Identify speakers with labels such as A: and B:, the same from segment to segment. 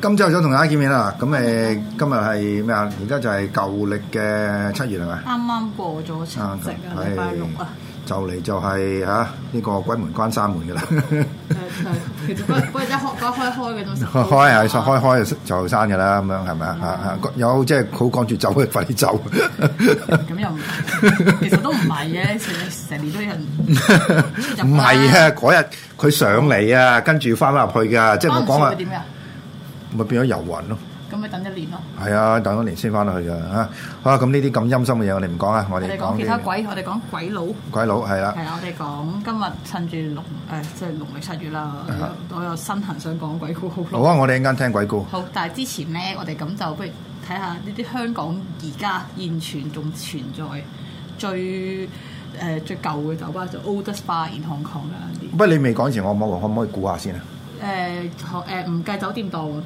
A: 今朝又想同大家見面啦。咁誒，今日係咩啊？而家就係舊歷嘅七月係咪？
B: 啱啱過咗七夕啊，禮拜六啊，
A: 就嚟就係嚇呢個鬼門關閂門嘅啦。
B: 誒誒其實嗰 日嗰日一開嗰日開開嘅都
A: 開開係開開就就閂嘅啦，咁樣係咪啊？啊有即係好趕住走，快 啲走。
B: 咁又 唔係，其實都唔係嘅，成成年都有人
A: 唔係啊！嗰日佢上嚟啊，跟住翻翻入去㗎，即係我講話
B: 話點啊？
A: 咪變咗遊魂咯。
B: 咁咪等一年咯。
A: 係啊，等咗年先翻去㗎嚇。好啦，咁呢啲咁陰森嘅嘢我哋唔講啊，我
B: 我哋
A: 哋
B: 講
A: 講
B: 其他
A: 啲
B: 鬼，我哋講鬼佬。
A: 鬼佬係啦。
B: 係啊，我哋講今日趁住農誒，即係農曆七月啦，
A: 啊
B: 我有身痕想講鬼故
A: 好
B: 好耐。
A: 啊，我哋一間聽鬼故。
B: 好，但係之前咧，我哋咁就不如睇下呢啲香港而家現存仲存在最誒、呃最舊嘅酒吧，就 Oldest Bar in Hong Kong 啦呢
A: 不過你未講前，我冇可唔可以估下先啊？
B: 啲。誒學誒呃唔計酒店啊檔，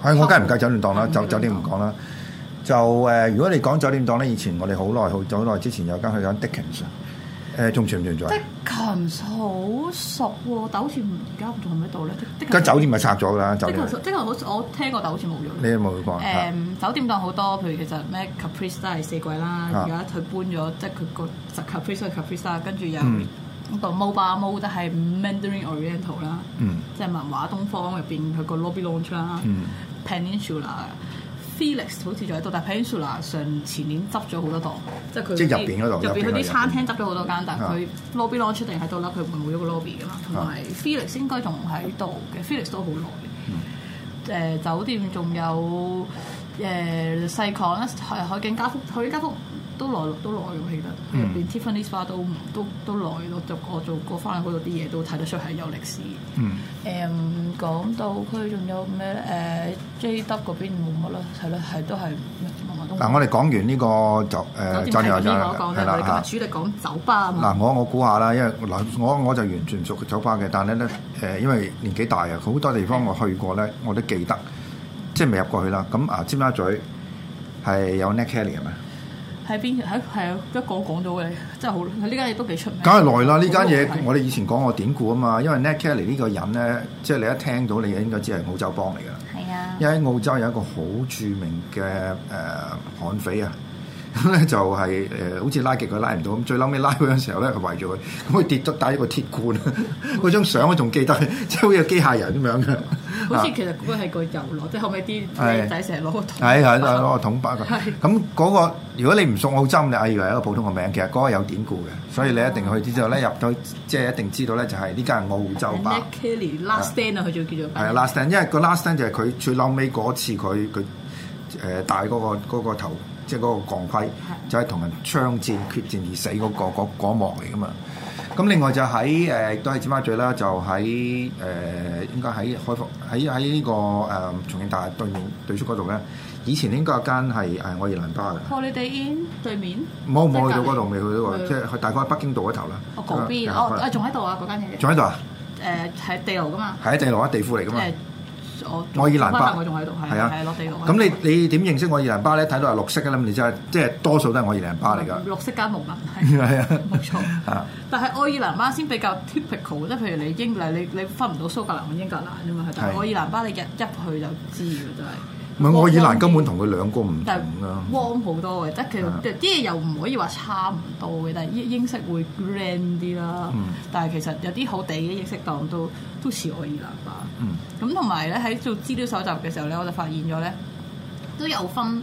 A: 係我梗係唔計酒店檔啦，
B: 嗯
A: 酒酒店唔講啦。就誒、如果你講酒店檔咧，以前我哋好耐好早耐之前有間去緊 Dickens，誒、仲啊呃存唔存
B: 的
A: 在？
B: 琴好熟喎，但好似唔而家仲喺唔喺度咧？的
A: 間酒店咪拆咗㗎啦，酒
B: 的
A: 店
B: 琴的琴好似我聽過，但好似冇咗。
A: 你有冇去過
B: 誒、
A: 啊？
B: 酒店檔好多，譬如其實咩 Caprice 都係四季啦，
A: 啊
B: 而家佢搬咗，即係佢個就 Caprice 係 Caprice 啦，跟住有
A: 嗯
B: 嗰個 Mo Bar Mo 都係 Mandarin Oriental 啦，
A: 嗯
B: 即係文華東方入邊佢個 lobby lounge 啦、
A: 嗯
B: Peninsula。Felix 好似仲喺度，但 Peninsula 上前年執咗好多檔，即係佢
A: 即係
B: 嗰啲
A: 入邊嗰度
B: 入邊
A: 入邊
B: 佢
A: 嗰
B: 啲
A: 度
B: 餐廳執咗好多間，但係
A: 啊
B: 佢 lobby lounge 一定喺度啦，佢換咗個 lobby 噶嘛，同埋 Felix 應該仲喺度嘅，Felix 都好耐嘅。誒、
A: 嗯
B: 酒店仲有誒、細礦啦，海海景家福，海景家福都耐都耐嘅，我記
A: 嗯
B: 得入邊 Tiffany Spa 都唔都都耐，我做我做過翻去嗰度啲嘢都睇得出係有歷史。
A: 嗯，
B: 誒講到區仲有咩咧？誒 J W 嗰邊冇乜啦，係啦，係都係乜乜都冇。
A: 嗱，我哋講完呢個酒誒酒
B: 酒
A: 店
B: 店係
A: 又
B: 呢
A: 就
B: 個講
A: 係
B: 啦，
A: 啦啊
B: 我
A: 嚇
B: 哋。今日主力講酒吧啊嘛。
A: 嗱，我我估下啦，因為嗱，我我就完全唔熟酒吧嘅，但係咧誒，因為年紀大啊，好多地方我去過咧，我都記得，即係未入過去啦。咁啊，尖沙咀係有 Net Kelly 係咪？
B: 喺邊喺係啊，一講講到嘅，真係好呢間嘢都幾出名。
A: 梗係耐啦！呢間嘢
B: 係
A: 我哋以前講過典故啊嘛，因為 Ned Kelly 呢個人咧，即係你一聽到你應該知係澳洲幫嚟㗎啦。
B: 係啊。
A: 因為喺澳洲有一個好著名嘅誒悍匪啊， 咁咧就係、誒、好似拉極佢拉唔到，咁最嬲尾拉佢嘅時候咧，佢圍住佢，咁佢跌咗打一個鐵罐， 嗰張相我仲記得， 即係好似個機械人咁樣嘅。
B: 好似其實嗰個係個遊樂，即係後尾啲
A: 係
B: 僆仔成日攞個桶。
A: 啊係係係攞個桶包嘅
B: 係。
A: 咁嗰個如果你唔熟澳洲，你以為係一個普通嘅名，其實嗰個有典故嘅，所以你一定去知道咧，入到即係一定知道咧，就係呢間係澳洲吧
B: Nat。Kelly Last Stand 啊，佢仲叫做
A: 係啊，last stand，因為個 last stand 就係佢最嬲尾嗰次佢佢誒戴嗰個嗰個頭，即係嗰個鋼盔，就係同人槍戰決戰而死嗰、個嗰嗰幕嚟噶嘛。咁另外就喺誒、呃都係尖沙咀啦，就喺誒、呃、應該喺開福喺喺呢個誒、呃、重慶大廈對面對出嗰度咧，以前應該有間係誒愛爾蘭巴嘅。
B: Holiday Inn 對面。
A: 冇冇去
B: 即係
A: 到
B: 隔離
A: 嗰度未去到嗰度，
B: 嗯
A: 即係去大概喺北京道嗰頭啦。
B: 哦，嗰邊
A: 係
B: 哦，啊仲喺度啊，嗰間嘢。
A: 仲喺度啊？
B: 誒喺地牢噶嘛？
A: 係喺地牢啊，地庫嚟噶嘛。
B: 誒，我
A: 愛爾蘭巴
B: 我仲喺度，係
A: 係啊
B: 係落地牢。
A: 咁你你點認識愛爾蘭巴咧？睇到係綠色嘅啦，咁你真係即係多數都係愛爾蘭巴嚟㗎。
B: 綠色加木紋 係。
A: 係啊，
B: 冇錯
A: 啊，
B: 但係愛爾蘭巴先比較 typical，即係譬如你英嗱你你分唔到蘇格蘭同英格蘭啫嘛，但係
A: 係
B: 愛爾蘭巴你入入去就知㗎真係。
A: 唔係愛爾蘭根本同佢兩個唔同
B: 但係
A: 㗎。
B: warm 好多嘅，即係其
A: 啊
B: 實啲嘢又唔可以話差唔多嘅，但係英英式會 grand 啲啦。
A: 嗯
B: 但係其實有啲好地嘅英式檔都都似愛爾蘭吧。
A: 嗯
B: 咁同埋咧喺做資料搜集嘅時候咧，我就發現咗咧都有分誒、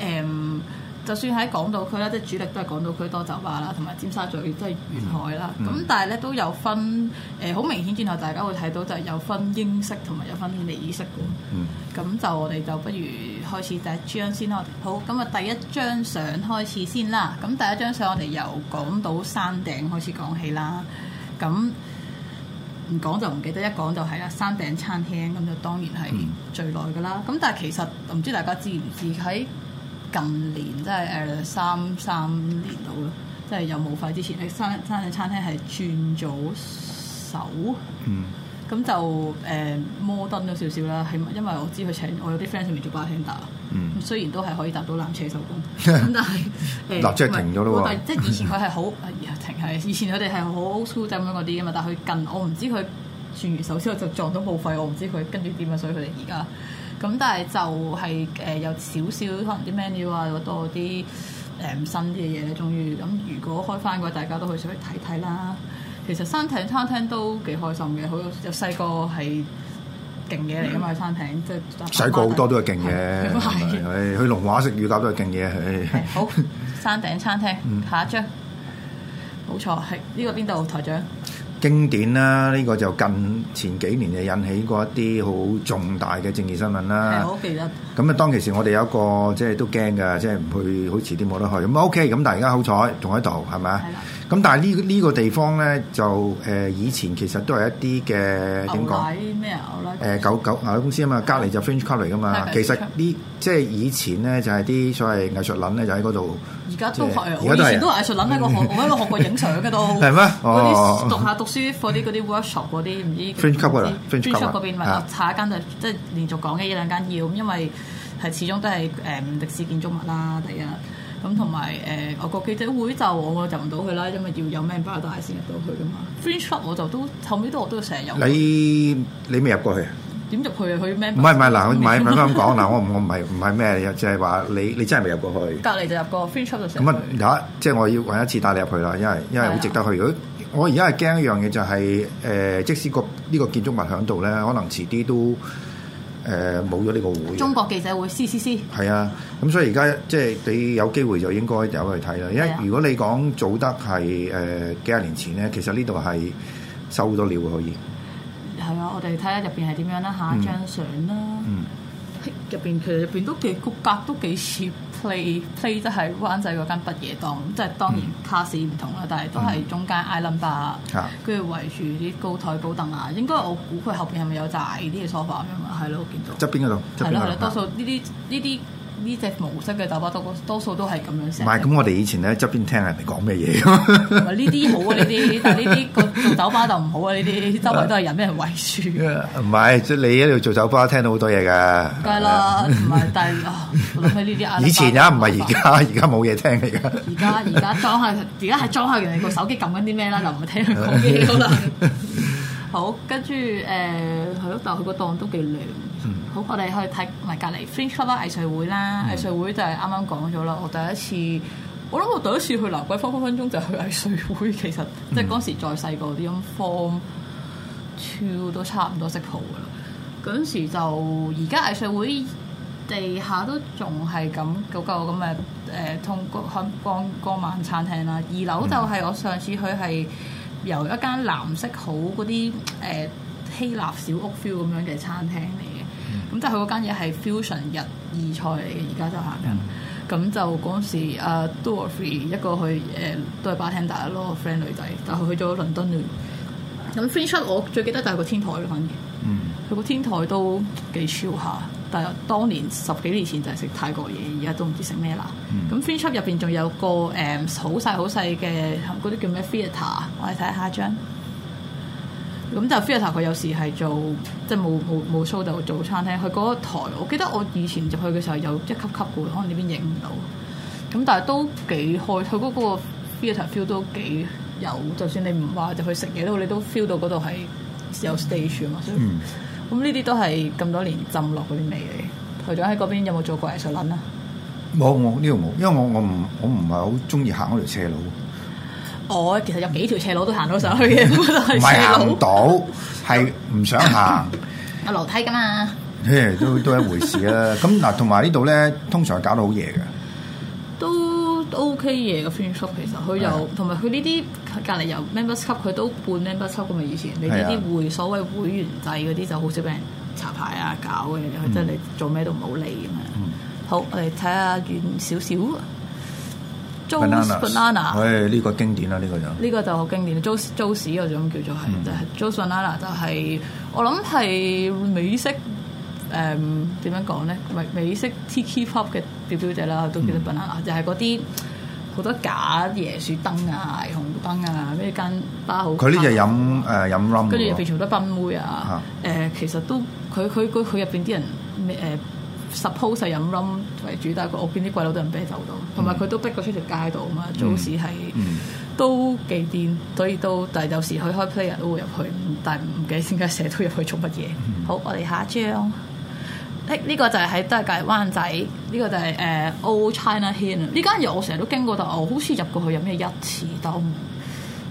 B: 嗯就算喺港島區啦，即係主力都係港島區多酒吧啦，同埋尖沙咀即係沿海啦。咁、但係咧都有分誒，好、明顯之後大家會睇到就係有分英式同埋有分美式嘅喎。
A: 嗯
B: 咁就我哋就不如開始第一張先啦。我哋好，咁啊第一張相開始先啦。咁第一張相我哋由港島山頂開始講起啦。咁唔講就唔記得，一講就係啦。山頂餐廳咁就當然係
A: 嗯
B: 最耐噶啦。咁但係其實唔知大家知唔知喺近年即係誒三三年度啦，即係有冇費之前，誒山山頂餐廳係轉咗手。
A: 嗯，
B: 咁就誒摩登咗少少啦，係因為我知佢請我有啲 friend 上面做 bartender，
A: 嗯
B: 咁雖然都係可以搭到纜車收 工，咁但係誒
A: 嗱即係停咗咯喎
B: 唔係但係即係以前佢係好 哎呀停係，以前佢哋係好 old school 咁樣嗰啲噶嘛，但係佢近我唔知佢轉完手之後就撞到報廢，我唔知佢跟住點啊，所以佢哋而家咁但係就係、誒、有少少可能啲 menu 啊，嗰度啲誒新啲嘅嘢咧，終於咁如果開翻嘅話，大家都去上去睇睇啦。其實山艇餐廳都幾開心嘅，好有有細個係勁嘢嚟噶嘛，山艇即係
A: 細個好多都係勁
B: 係
A: 嘢， 係咪去龍華食乳鴿都係勁嘢，係
B: 係
A: 嗯
B: 好，山頂餐廳下一張，冇錯，係呢個邊度台長？
A: 經典啦。呢個就近前幾年就引起過一啲好重大嘅政治新聞
B: 係
A: 啦。
B: 好記得，
A: 咁啊，當其時我哋有一個即係都驚㗎，即係唔去，好遲啲冇得去。咁 OK，咁但係而家好彩仲喺度，係咪啊
B: 係啦？
A: 咁但係呢呢個地方咧，就誒、呃以前其實都係一啲嘅點
B: 牛
A: 講
B: 奶咩啊牛奶？
A: 誒九九牛奶公司啊嘛，隔離就 Fringe Club 嚟噶嘛。
B: 係
A: 其實
B: Fringe Club
A: 呢即係以前咧就係啲所謂藝術撚咧就喺嗰度。
B: 而家都
A: 即係
B: 係，
A: 而家
B: 我以
A: 都係啊
B: 前都係藝術諗 喺個學，我喺度學過影相嘅都。
A: 係咩哦
B: 嗰啲讀下讀書嗰啲嗰啲 workshop 嗰啲唔知。
A: Fringe Club 嗰度
B: 唔知
A: Fringe Club
B: Fringe
A: 啊
B: Club 嗰邊咪
A: 啊
B: 啊下一間就即係連續講嘅呢兩間要，因為係始終都係誒歷史建築物啦，第一。咁同埋誒，我個記者會就我就入唔到去啦，因為要有 m e m b 大先入到去噶嘛。Fringe Club 我就都後尾都我都成日有。
A: 你你未入過去啊？
B: 哦點入去啊？佢 m e
A: 唔係唔係嗱，唔係唔係咁講嗱，我唔我唔係唔係咩，就係話你你真係未入過去。
B: 隔離就入個 Fringe Club 就成。
A: 咁啊，有一即係我要揾一次帶你入去啦，因為因為好值得去。如
B: 啊
A: 果我而家係驚一樣嘢就係、誒，即使個呢個建築物喺度咧，可能遲啲都誒冇咗呢個會嘅。啊
B: 中國記者會 CCC
A: 係啊，咁所以而家即係你有機會就應該有去睇啦。因為
B: 係啊
A: 如果你講做得係誒、幾廿年前咧，其實呢度係收到料嘅可以。
B: 係啊，我哋睇下入邊係點樣啦，下一張相啦。
A: 嗯
B: 嘿入邊其實入邊都幾骨格都幾似 play play，即係灣仔嗰間不夜檔，即係當然卡士唔同啦，但係都係中間 island bar，
A: 嗯嚇
B: 跟住圍住啲高台高凳啊。應該我估佢後邊係咪有扎啲嘅 sofa 咁樣啊？係咯，我見到。
A: 側邊嗰度，側
B: 係
A: 邊
B: 咯係
A: 嗰
B: 咯，
A: 度
B: 多數呢啲呢啲呢隻模式嘅酒吧多多數都係咁樣
A: 唔
B: 寫。
A: 係，咁我哋以前咧側邊聽人哋講咩嘢，
B: 唔係呢啲好啊，呢啲但係呢啲個做酒吧就唔好啊，呢啲周圍都係人俾人圍住。
A: 唔係即係你喺度做酒吧聽到好多嘢㗎。
B: 梗係啦，唔係，但係啊，我諗起呢啲壓力
A: 以前啊，唔
B: 大
A: 係而家， 而家冇嘢聽嚟噶。
B: 而家而家裝下，而家係裝下人哋部手機撳緊啲咩啦，就唔係聽佢講嘢好啦。好，跟住誒係咯，但係佢個檔都幾靚。
A: 嗯
B: 好，我哋去睇埋隔離 Fringe Club 啦藝術會啦，藝術會就係啱啱講咗啦。我第一次，我諗我第一次去蘭桂坊分分鐘就去藝術會，其實
A: 嗯
B: 即係嗰時再細個啲咁 form two 都差唔多識譜噶啦。嗰陣時就而家藝術會地下都仲係咁嗰個咁嘅誒通呃光光光晚餐廳啦。二樓就係我上次去係由一間藍色好嗰啲誒希臘小屋 feel 咁樣嘅餐廳嚟嘅。咁但係佢嗰間嘢係 fusion 日意菜嚟嘅，而家就行緊。咁就嗰陣時，啊 Dorothy 一個去誒、呃都係 bartender 咯，個 friend 女仔，但係佢去咗倫敦聯。咁 f r e e s h 我最記得就係個天台咯，反而。
A: 嗯，
B: 佢個天台都幾超下，但係當年十幾年前就係食泰國嘢，而家都唔知食咩啦。咁 f i n s h u p 入邊仲有個誒好細好細嘅嗰啲叫咩 theatre，我哋睇下一張。咁就 theatre 佢有時係做即係冇冇冇 show 就做餐廳，佢嗰個台我記得我以前入去嘅時候有一級級嘅，可能呢邊影唔到。咁但係都幾開，佢嗰個 theatre feel 都幾有，就算你唔話就去食嘢都好，你都 feel 到嗰度係有 stage 啊嘛，所以
A: 嗯
B: 咁呢啲都係咁多年浸落嗰啲味嚟。台長喺嗰邊有冇做過藝術撚啊？
A: 冇我呢度冇，因為我我唔我唔係好中意行嗰條斜路，唔
B: 我其實有幾條斜路都行到上去 嘅，都
A: 係
B: 係斜
A: 行唔
B: 路，
A: 到，係唔想 行，
B: 有樓梯㗎嘛。
A: 嘿都都一回事 啦。咁嗱，同埋呢度咧，通常係搞到好夜嘅。
B: 都 OK 嘢嘅 f r i e n d s h o p 其實佢
A: 啊
B: 有同埋佢呢啲隔離有 members 級，佢都半 members 級㗎嘛。以前你呢
A: 係啊
B: 啲會所謂會員制嗰啲就好少俾人查牌啊搞嘅，即
A: 嗯
B: 係你做咩都唔好理咁樣。好，我哋睇下遠少少，Joe's Banana。
A: 唉，呢個經典啊啦，呢個就
B: 呢個就好經典 j o s j o s 嗰種叫做係，
A: 嗯
B: 就係 j o s n a n a 就係、我諗係美式誒點、樣講咧？美美式 Tiki Pop 嘅表表姐啦，都叫
A: 嗯
B: 做 banana，、就係嗰啲好多假椰樹燈啊、霓虹燈啊，跟住間巴好。
A: 佢呢就飲
B: 啊
A: 誒飲 rum
B: 跟住入
A: 嘅
B: 邊
A: 喎
B: 全部都係賓妹啊！誒、其實都佢佢佢佢入邊啲人誒、suppose 係飲 rum 為主，但係我見啲鬼佬都飲啤酒到，同埋佢都逼佢出條街度啊嘛，做事係都幾癲，所以都但係有時佢開 player 都會入去，但係唔記得點解成日都入去做乜嘢。好，我哋下一張。呢呢個就係喺都係計灣仔，呢、個就係、誒、Old China Hin 啊呢間嘢我成日都經過，但我好似入過去飲嘢一次，但我唔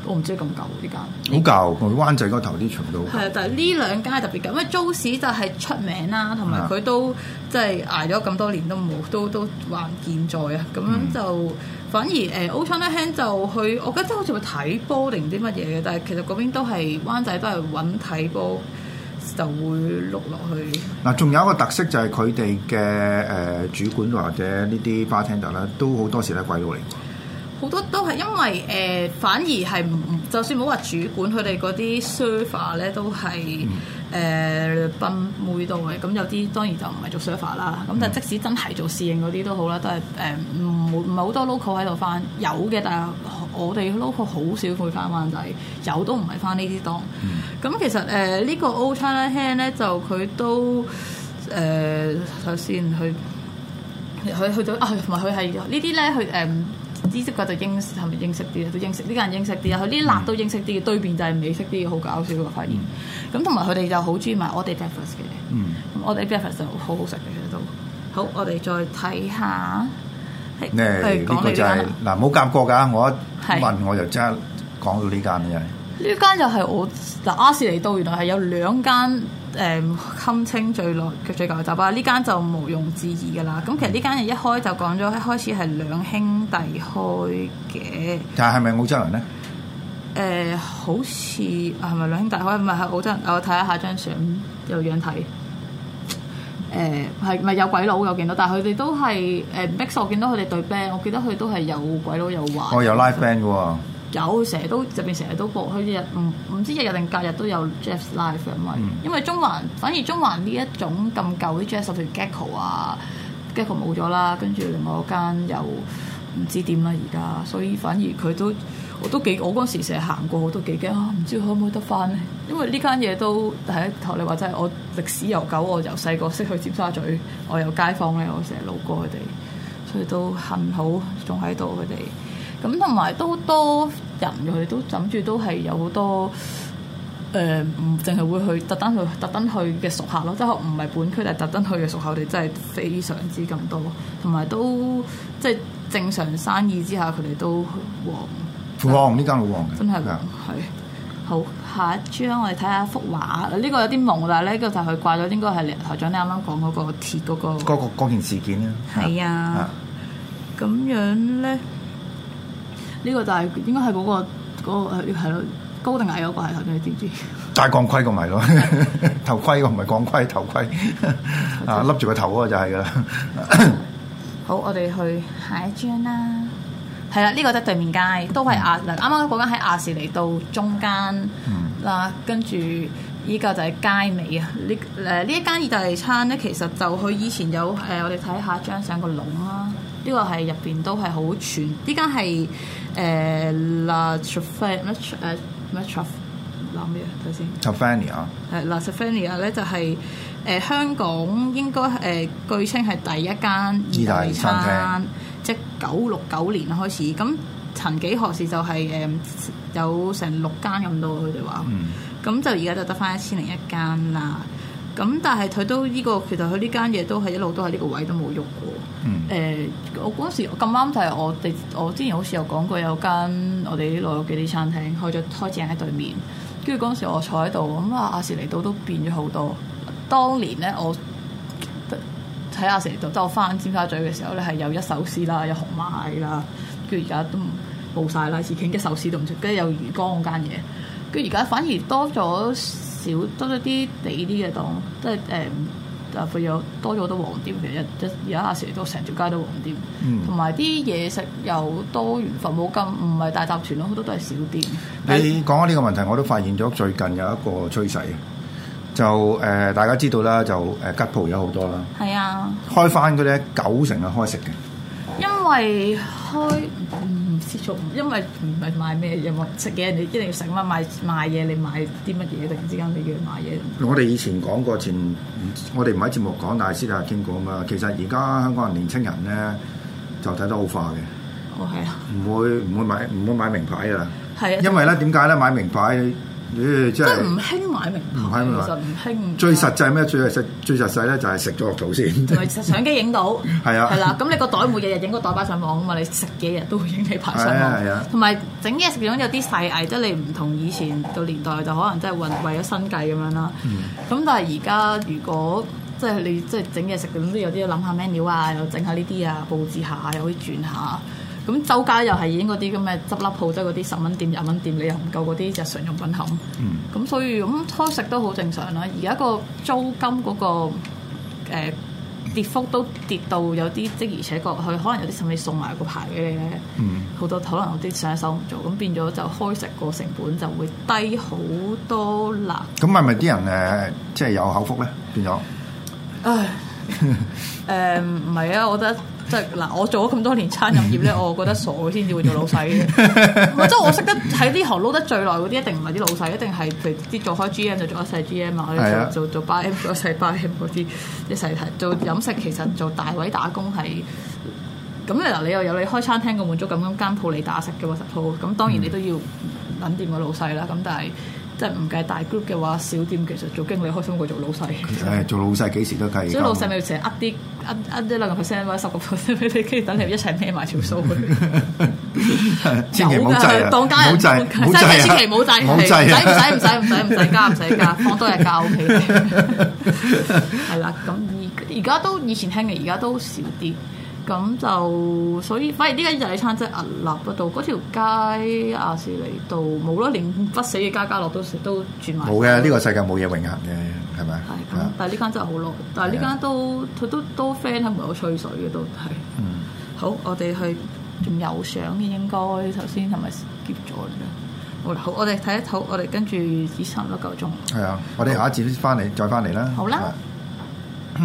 B: 我唔知咁舊呢間。
A: 好舊，佢灣仔嗰頭啲全部都好舊
B: 係，啊但係呢兩間係特別緊，因為 j 士就係出名啦，同埋佢都即係捱咗咁多年都冇，都都還健在啊。咁樣就、反而誒 Old China Hand 就去，我覺得好似去睇波定唔知乜嘢嘅，但係其實嗰邊都係灣仔都係揾睇波就會碌落去。
A: 嗱，仲有一個特色就係佢哋嘅誒主管或者呢啲 bartender 咧，都好多時都係鬼佬嚟㗎。
B: 好多都係因為誒、呃反而係唔就算冇話主管，佢哋嗰啲 server 咧都係誒賓妹到嘅。咁有啲當然就唔係做 server 啦。咁但係即使真係做侍應嗰啲都好啦，都係誒唔唔係好多 local 喺度翻，有嘅，但係我哋 local 好少會翻灣仔，有都唔係翻呢啲檔。咁、其實誒呢、個 Old China Hand 咧，就佢都誒首先去。佢去到啊，同埋佢係呢啲咧，佢誒知識嗰度英係咪英式啲咧？都英式呢間人英式啲啊，佢呢辣都英式啲嘅，對面就係美式啲嘅，好搞笑嘅發現。咁同埋佢哋就好中意買我哋 breakfast 嘅，
A: 嗯
B: 咁我哋 breakfast 就好好食嘅其實都。好，我哋再睇下，係
A: 咧呢
B: 係講
A: 個
B: 你呢
A: 就
B: 間啊
A: 係
B: 啦
A: 嗱，冇夾過㗎。我一
B: 係
A: 問我就即刻講到呢間嘅真係。
B: 呢間又係我嗱阿士尼道，原來係有兩間誒、堪稱最耐嘅最舊嘅酒吧，呢間就毋庸置疑㗎啦。咁其實呢間嘢一開就講咗，一開始係兩兄弟開嘅。
A: 但係係咪澳洲人咧？
B: 誒、好似係咪兩兄弟開？唔係係澳洲人，我睇下下張相有樣睇。誒係咪有鬼佬有見到？但係佢哋都係誒 mix，我見到佢哋對 band，我記得佢都係有鬼佬有華。
A: 我有 live band 嘅喎。
B: 有成日都入邊成日都播，佢日唔唔知日日定隔日都有 jazz live 嘅，因為、因為中環反而中環呢一種咁舊啲 jazz，譬如 Gecko 啊，Gecko 冇咗啦，跟住另外嗰間又唔知點啦而家，所以反而佢都我都幾我嗰時成日行過，我都幾驚啊，唔知可唔可以得翻咧？因為呢間嘢都係頭你話齋，我歷史悠久，我由細個識去尖沙咀，我有街坊咧，我成日路過佢哋，所以都幸好仲喺度佢哋。咁同埋都多人嘅，佢哋都諗住都係有好多誒，唔淨係會去特登去特登去嘅熟客咯，即係唔係本區，但係特登去嘅熟客，我哋真係非常之咁多，同埋都即係正常生意之下，佢哋都旺，
A: 旺呢間好旺嘅，
B: 真係旺
A: 係啊
B: 係。好，下一張我哋睇下幅畫，呢、個有啲朦，但係呢個就係佢掛咗，應該係你台長你啱啱講嗰個鐵嗰、個。
A: 嗰個嗰件事件咧。
B: 係啊，咁樣咧，呢、個就係、應該係嗰、個嗰、個係係咯，高定矮嗰個係頭先你知唔知？
A: 戴鋼盔個咪咯， 頭盔個唔係鋼盔，頭盔 啊，笠住個頭嗰個就係噶啦。
B: 好，我哋去下一張啦。係啦，呢、個得對面街，都係亞嗱，啱啱嗰間喺亞視嚟到中間啦，跟住依個就係街尾啊。呢誒呢一間意大利餐咧，其實就佢以前有誒、我哋睇下張相個籠啦。呢個係入邊都係好全，呢間係誒 La t r a f a 咩誒咩 t r a f 諗咩啊？睇先。
A: 就 Fanny 啊，
B: 誒 La s a f a n i a 咧就係、呃香港應該誒、呃、據稱係第一間
A: 意大利餐廳
B: 餐即九六九年開始。咁曾幾何時就係、呃有成六間咁多，佢哋話。
A: 嗯，
B: 咁就而家就得翻一千零一間啦。咁但係佢都呢、個其實佢呢間嘢都係一路都喺呢個位都冇喐過。
A: 嗯
B: 誒、我嗰時咁啱就係我哋，我之前好似有講過有間我哋啲老友記啲餐廳開咗開正喺對面，跟住嗰陣時我坐喺度，咁啊亞視嚟到都變咗好多。當年咧我睇亞視嚟到，即係我翻尖沙咀嘅時候咧係有一手撕啦，有紅馬蟹啦，跟住而家都冇晒啦，已經一手撕都唔出，跟住有魚缸嗰間嘢，跟住而家反而多咗少多咗啲地啲嘅檔，即係誒。但佢有多咗好多黃店，其實一一而家亞視都成條街都黃店，
A: 嗯
B: 同埋啲嘢食又多元化，冇咁唔係大集團咯，好多都係小店。
A: 你講開呢個問題，我都發現咗最近有一個趨勢，就誒、呃大家知道啦，就誒吉鋪有好多啦，
B: 係啊，
A: 開翻嗰啲九成係開食嘅，
B: 因為開唔知做，因為唔係賣咩嘢嘛，食嘢你一定要食嘛，賣賣嘢你買啲乜嘢？突然之間你要買嘢，
A: 我哋以前講過前，我哋唔喺節目講，但係私底下傾過啊嘛。其實而家香港人年青人咧就睇得好化嘅，
B: 哦係啊，
A: 唔會唔會買唔會買名牌噶啦。
B: 係啊，
A: 因為咧點解咧買名牌咦，
B: 即
A: 真
B: 係
A: 係
B: 唔興買名
A: 唔
B: 牌，
A: 係
B: 其
A: 唔
B: 實唔興。
A: 最實際咩？最實最實際咧就係食咗落肚 先。
B: 同埋實相機影到，
A: 係啊
B: 係啦。咁你個袋每日日影個袋擺上網啊嘛，你食幾日都會影你擺上
A: 係啊係啊
B: 網。同埋整嘢食樣有啲細藝，即係你唔同以前個年代就可能真係為為咗生計咁樣啦。
A: 嗯
B: 咁、但係而家如果即係你即係整嘢食咁，都有啲要諗下 menu 啊，又整下呢啲啊，佈置下，又可以轉下。咁周街又係已經嗰啲咁嘅執笠鋪，即係嗰啲十蚊店、廿蚊店，你又唔夠嗰啲日常用品冚。咁、
A: 嗯
B: 所以咁開食都好正常啦。而家個租金嗰、個。誒、跌幅都跌到有啲即而且確，佢可能有啲甚至送埋個牌俾你咧，好、多可能有啲上一手唔做，咁變咗就開食個成本就會低好多啦。
A: 咁係咪啲人誒即係有口福咧？變 咗
B: 唉， 誒唔係啊，我覺得。即係嗱，我做咗咁多年餐飲 業咧，我覺得傻先至會做老細嘅。唔係，即係我識得喺呢行撈得最耐嗰啲，一定唔係啲老細，一定係譬如啲做開 GM 就做一世 GM 啊，或
A: 係啊
B: 者做做做 bar M 做一世 bar M 嗰啲一世睇。做飲食其實做大位打工係。咁嗱，你又有你開餐廳嘅滿足感，咁間鋪你打食嘅喎，實鋪。咁當
A: 嗯
B: 然你都要揾掂個老細啦。咁但係即係唔計大 group 嘅話，小店其實做經理開心過做老細。
A: 誒呃做老細幾時都計。
B: 所以老細咪成日呃啲呃呃一兩個 percent 或者十個 percent 俾你，跟住等你一齊孭埋條數。
A: 千祈唔好制
B: 有
A: 啊！
B: 㗎當家人
A: 唔好制啊！唔好制
B: 真係
A: 啊！
B: 千祈唔好制，
A: 唔好制
B: 係
A: 啊！
B: 唔使唔使唔使唔使唔使加唔使加， 放多日 假 OK 係啦，咁而而家都以前興嘅，而家都少啲。咁就所以，反而呢間日日餐真係屹立不倒。嗰條街亞士尼道冇啦，連不死嘅家家樂都食都轉埋。
A: 冇嘅，呢個世界冇嘢永恆嘅，係咪
B: 係咁
A: 啊，？
B: 但係呢間真係好耐，但係呢間都佢都多 friend 喺門口吹水嘅都係。
A: 嗯
B: 好，我哋去仲有相嘅應該，頭先係咪 skip 咗咧？好啦，好，我哋睇一睇，我哋跟住已差唔多夠鐘。
A: 係啊，我哋下一節翻嚟再翻嚟啦。
B: 好啦
A: 啊。